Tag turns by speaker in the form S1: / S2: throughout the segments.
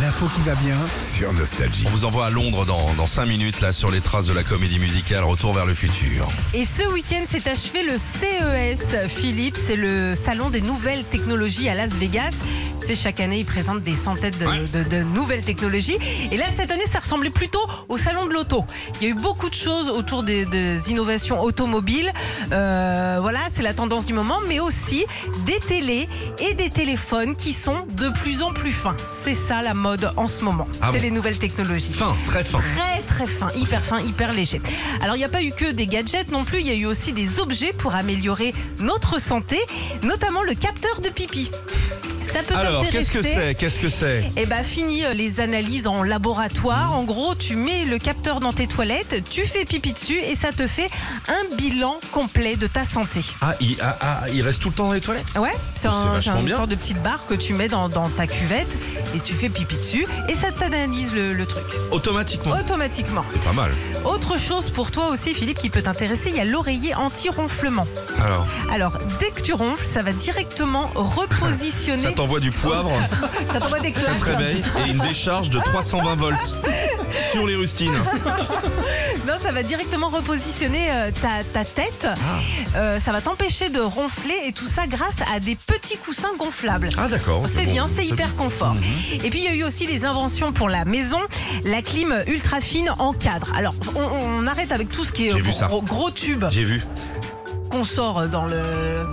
S1: l'info qui va bien.
S2: sur Nostalgie.
S3: On vous envoie à Londres dans, dans 5 minutes, là, sur les traces de la comédie musicale Retour vers le futur.
S4: Et ce week-end s'est achevé le CES Philippe, c'est le salon des nouvelles technologies à Las Vegas. Tu sais, chaque année, ils présentent des centaines de, de- de nouvelles technologies. Et là, cette année, ça ressemblait plutôt au salon de l'auto. Il y a eu beaucoup de choses autour des, des innovations automobiles. Euh, voilà, c'est la tendance du moment, mais aussi des télés et des téléphones qui sont de plus en plus fins. C'est ça la mode en ce moment.
S3: Ah
S4: c'est
S3: bon
S4: les nouvelles technologies
S3: Fin, très fin.
S4: très très fin, hyper fin, hyper léger. Alors il n'y a pas eu que des gadgets non plus, il y a eu aussi des objets pour améliorer notre santé, notamment le capteur de pipi. Ça peut
S3: Alors, qu'est-ce que
S4: t'intéresser.
S3: c'est Qu'est-ce que c'est
S4: Eh ben, fini euh, les analyses en laboratoire. En gros, tu mets le capteur dans tes toilettes, tu fais pipi dessus et ça te fait un bilan complet de ta santé.
S3: ah il, ah, ah, il reste tout le temps dans les toilettes
S4: Ouais, c'est
S3: Oh, c'est
S4: un, c'est
S3: vachement
S4: une
S3: bien.
S4: sorte de petite barre que tu mets dans, dans ta cuvette et tu fais pipi dessus et ça t'analyse le, le truc
S3: Automatiquement.
S4: automatiquement.
S3: C'est pas mal.
S4: Autre chose pour toi aussi, Philippe, qui peut t'intéresser, il y a l'oreiller anti-ronflement.
S3: Alors,
S4: Alors, dès que tu ronfles, ça va directement repositionner.
S3: ça t'envoie du poivre,
S4: ça t'envoie des
S3: ça
S4: claques.
S3: te réveille et une décharge de 320 volts sur les rustines.
S4: Non, ça va directement repositionner euh, ta, ta tête.
S3: Ah.
S4: Euh, ça va t'empêcher de ronfler et tout ça grâce à des petits coussins gonflables.
S3: Ah, Mhm. d'accord.
S4: C'est
S3: bon,
S4: bien, c'est hyper confort. Et puis il y a eu aussi les inventions pour la maison, la clim ultra fine en cadre. Alors on, on arrête avec tout ce qui est
S3: J'ai vu ça.
S4: gros, gros tube
S3: J'ai vu.
S4: qu'on sort dans le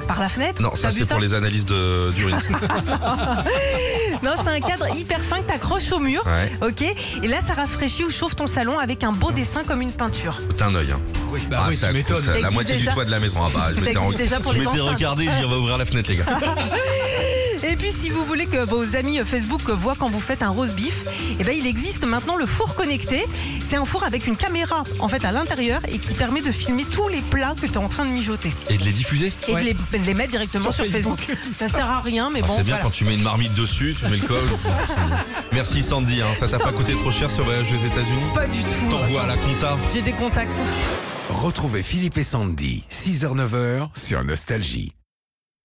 S4: par la fenêtre.
S3: Non,
S4: T'as
S3: ça
S4: vu
S3: c'est pour les analyses de- d'urine.
S4: Non, c'est un cadre hyper fin que t'accroches au mur.
S3: Ouais.
S4: Ok Et là, ça rafraîchit ou chauffe ton salon avec un beau dessin comme une peinture.
S3: T'as un œil. Hein.
S1: Oui, bah oui,
S3: ça
S1: tu
S3: coûte euh,
S1: m'étonnes.
S3: La,
S4: existe
S3: moitié
S4: déjà.
S3: du toit de la maison. Ah bah, je
S4: Ça
S3: m'étais
S4: existe
S3: en-
S4: déjà pour
S3: je
S4: les
S3: m'étais
S4: enceintes.
S3: regardé, j'ai dit, on va ouvrir la fenêtre, les gars.
S4: Et puis, si vous voulez que vos amis euh, Facebook voient quand vous faites un roast beef, eh ben, il existe maintenant le four connecté. C'est un four avec une caméra, en fait, à l'intérieur et qui permet de filmer tous les plats que tu es en train de mijoter
S3: Et de les diffuser.
S4: et
S1: Ouais.
S4: de, les, de les mettre directement sur,
S1: Sur
S4: Facebook. Ça sert à rien, mais
S3: Ah,
S4: bon,
S3: c'est bien
S4: voilà.
S3: quand tu mets une marmite dessus, tu mets le col. Merci Sandy, hein. ça ça a pas coûté trop cher ce voyage aux États-Unis.
S4: Pas du tout.
S3: T'envoies à la compta.
S4: J'ai des contacts.
S2: Retrouvez Philippe et Sandy, 6h-9h sur Nostalgie.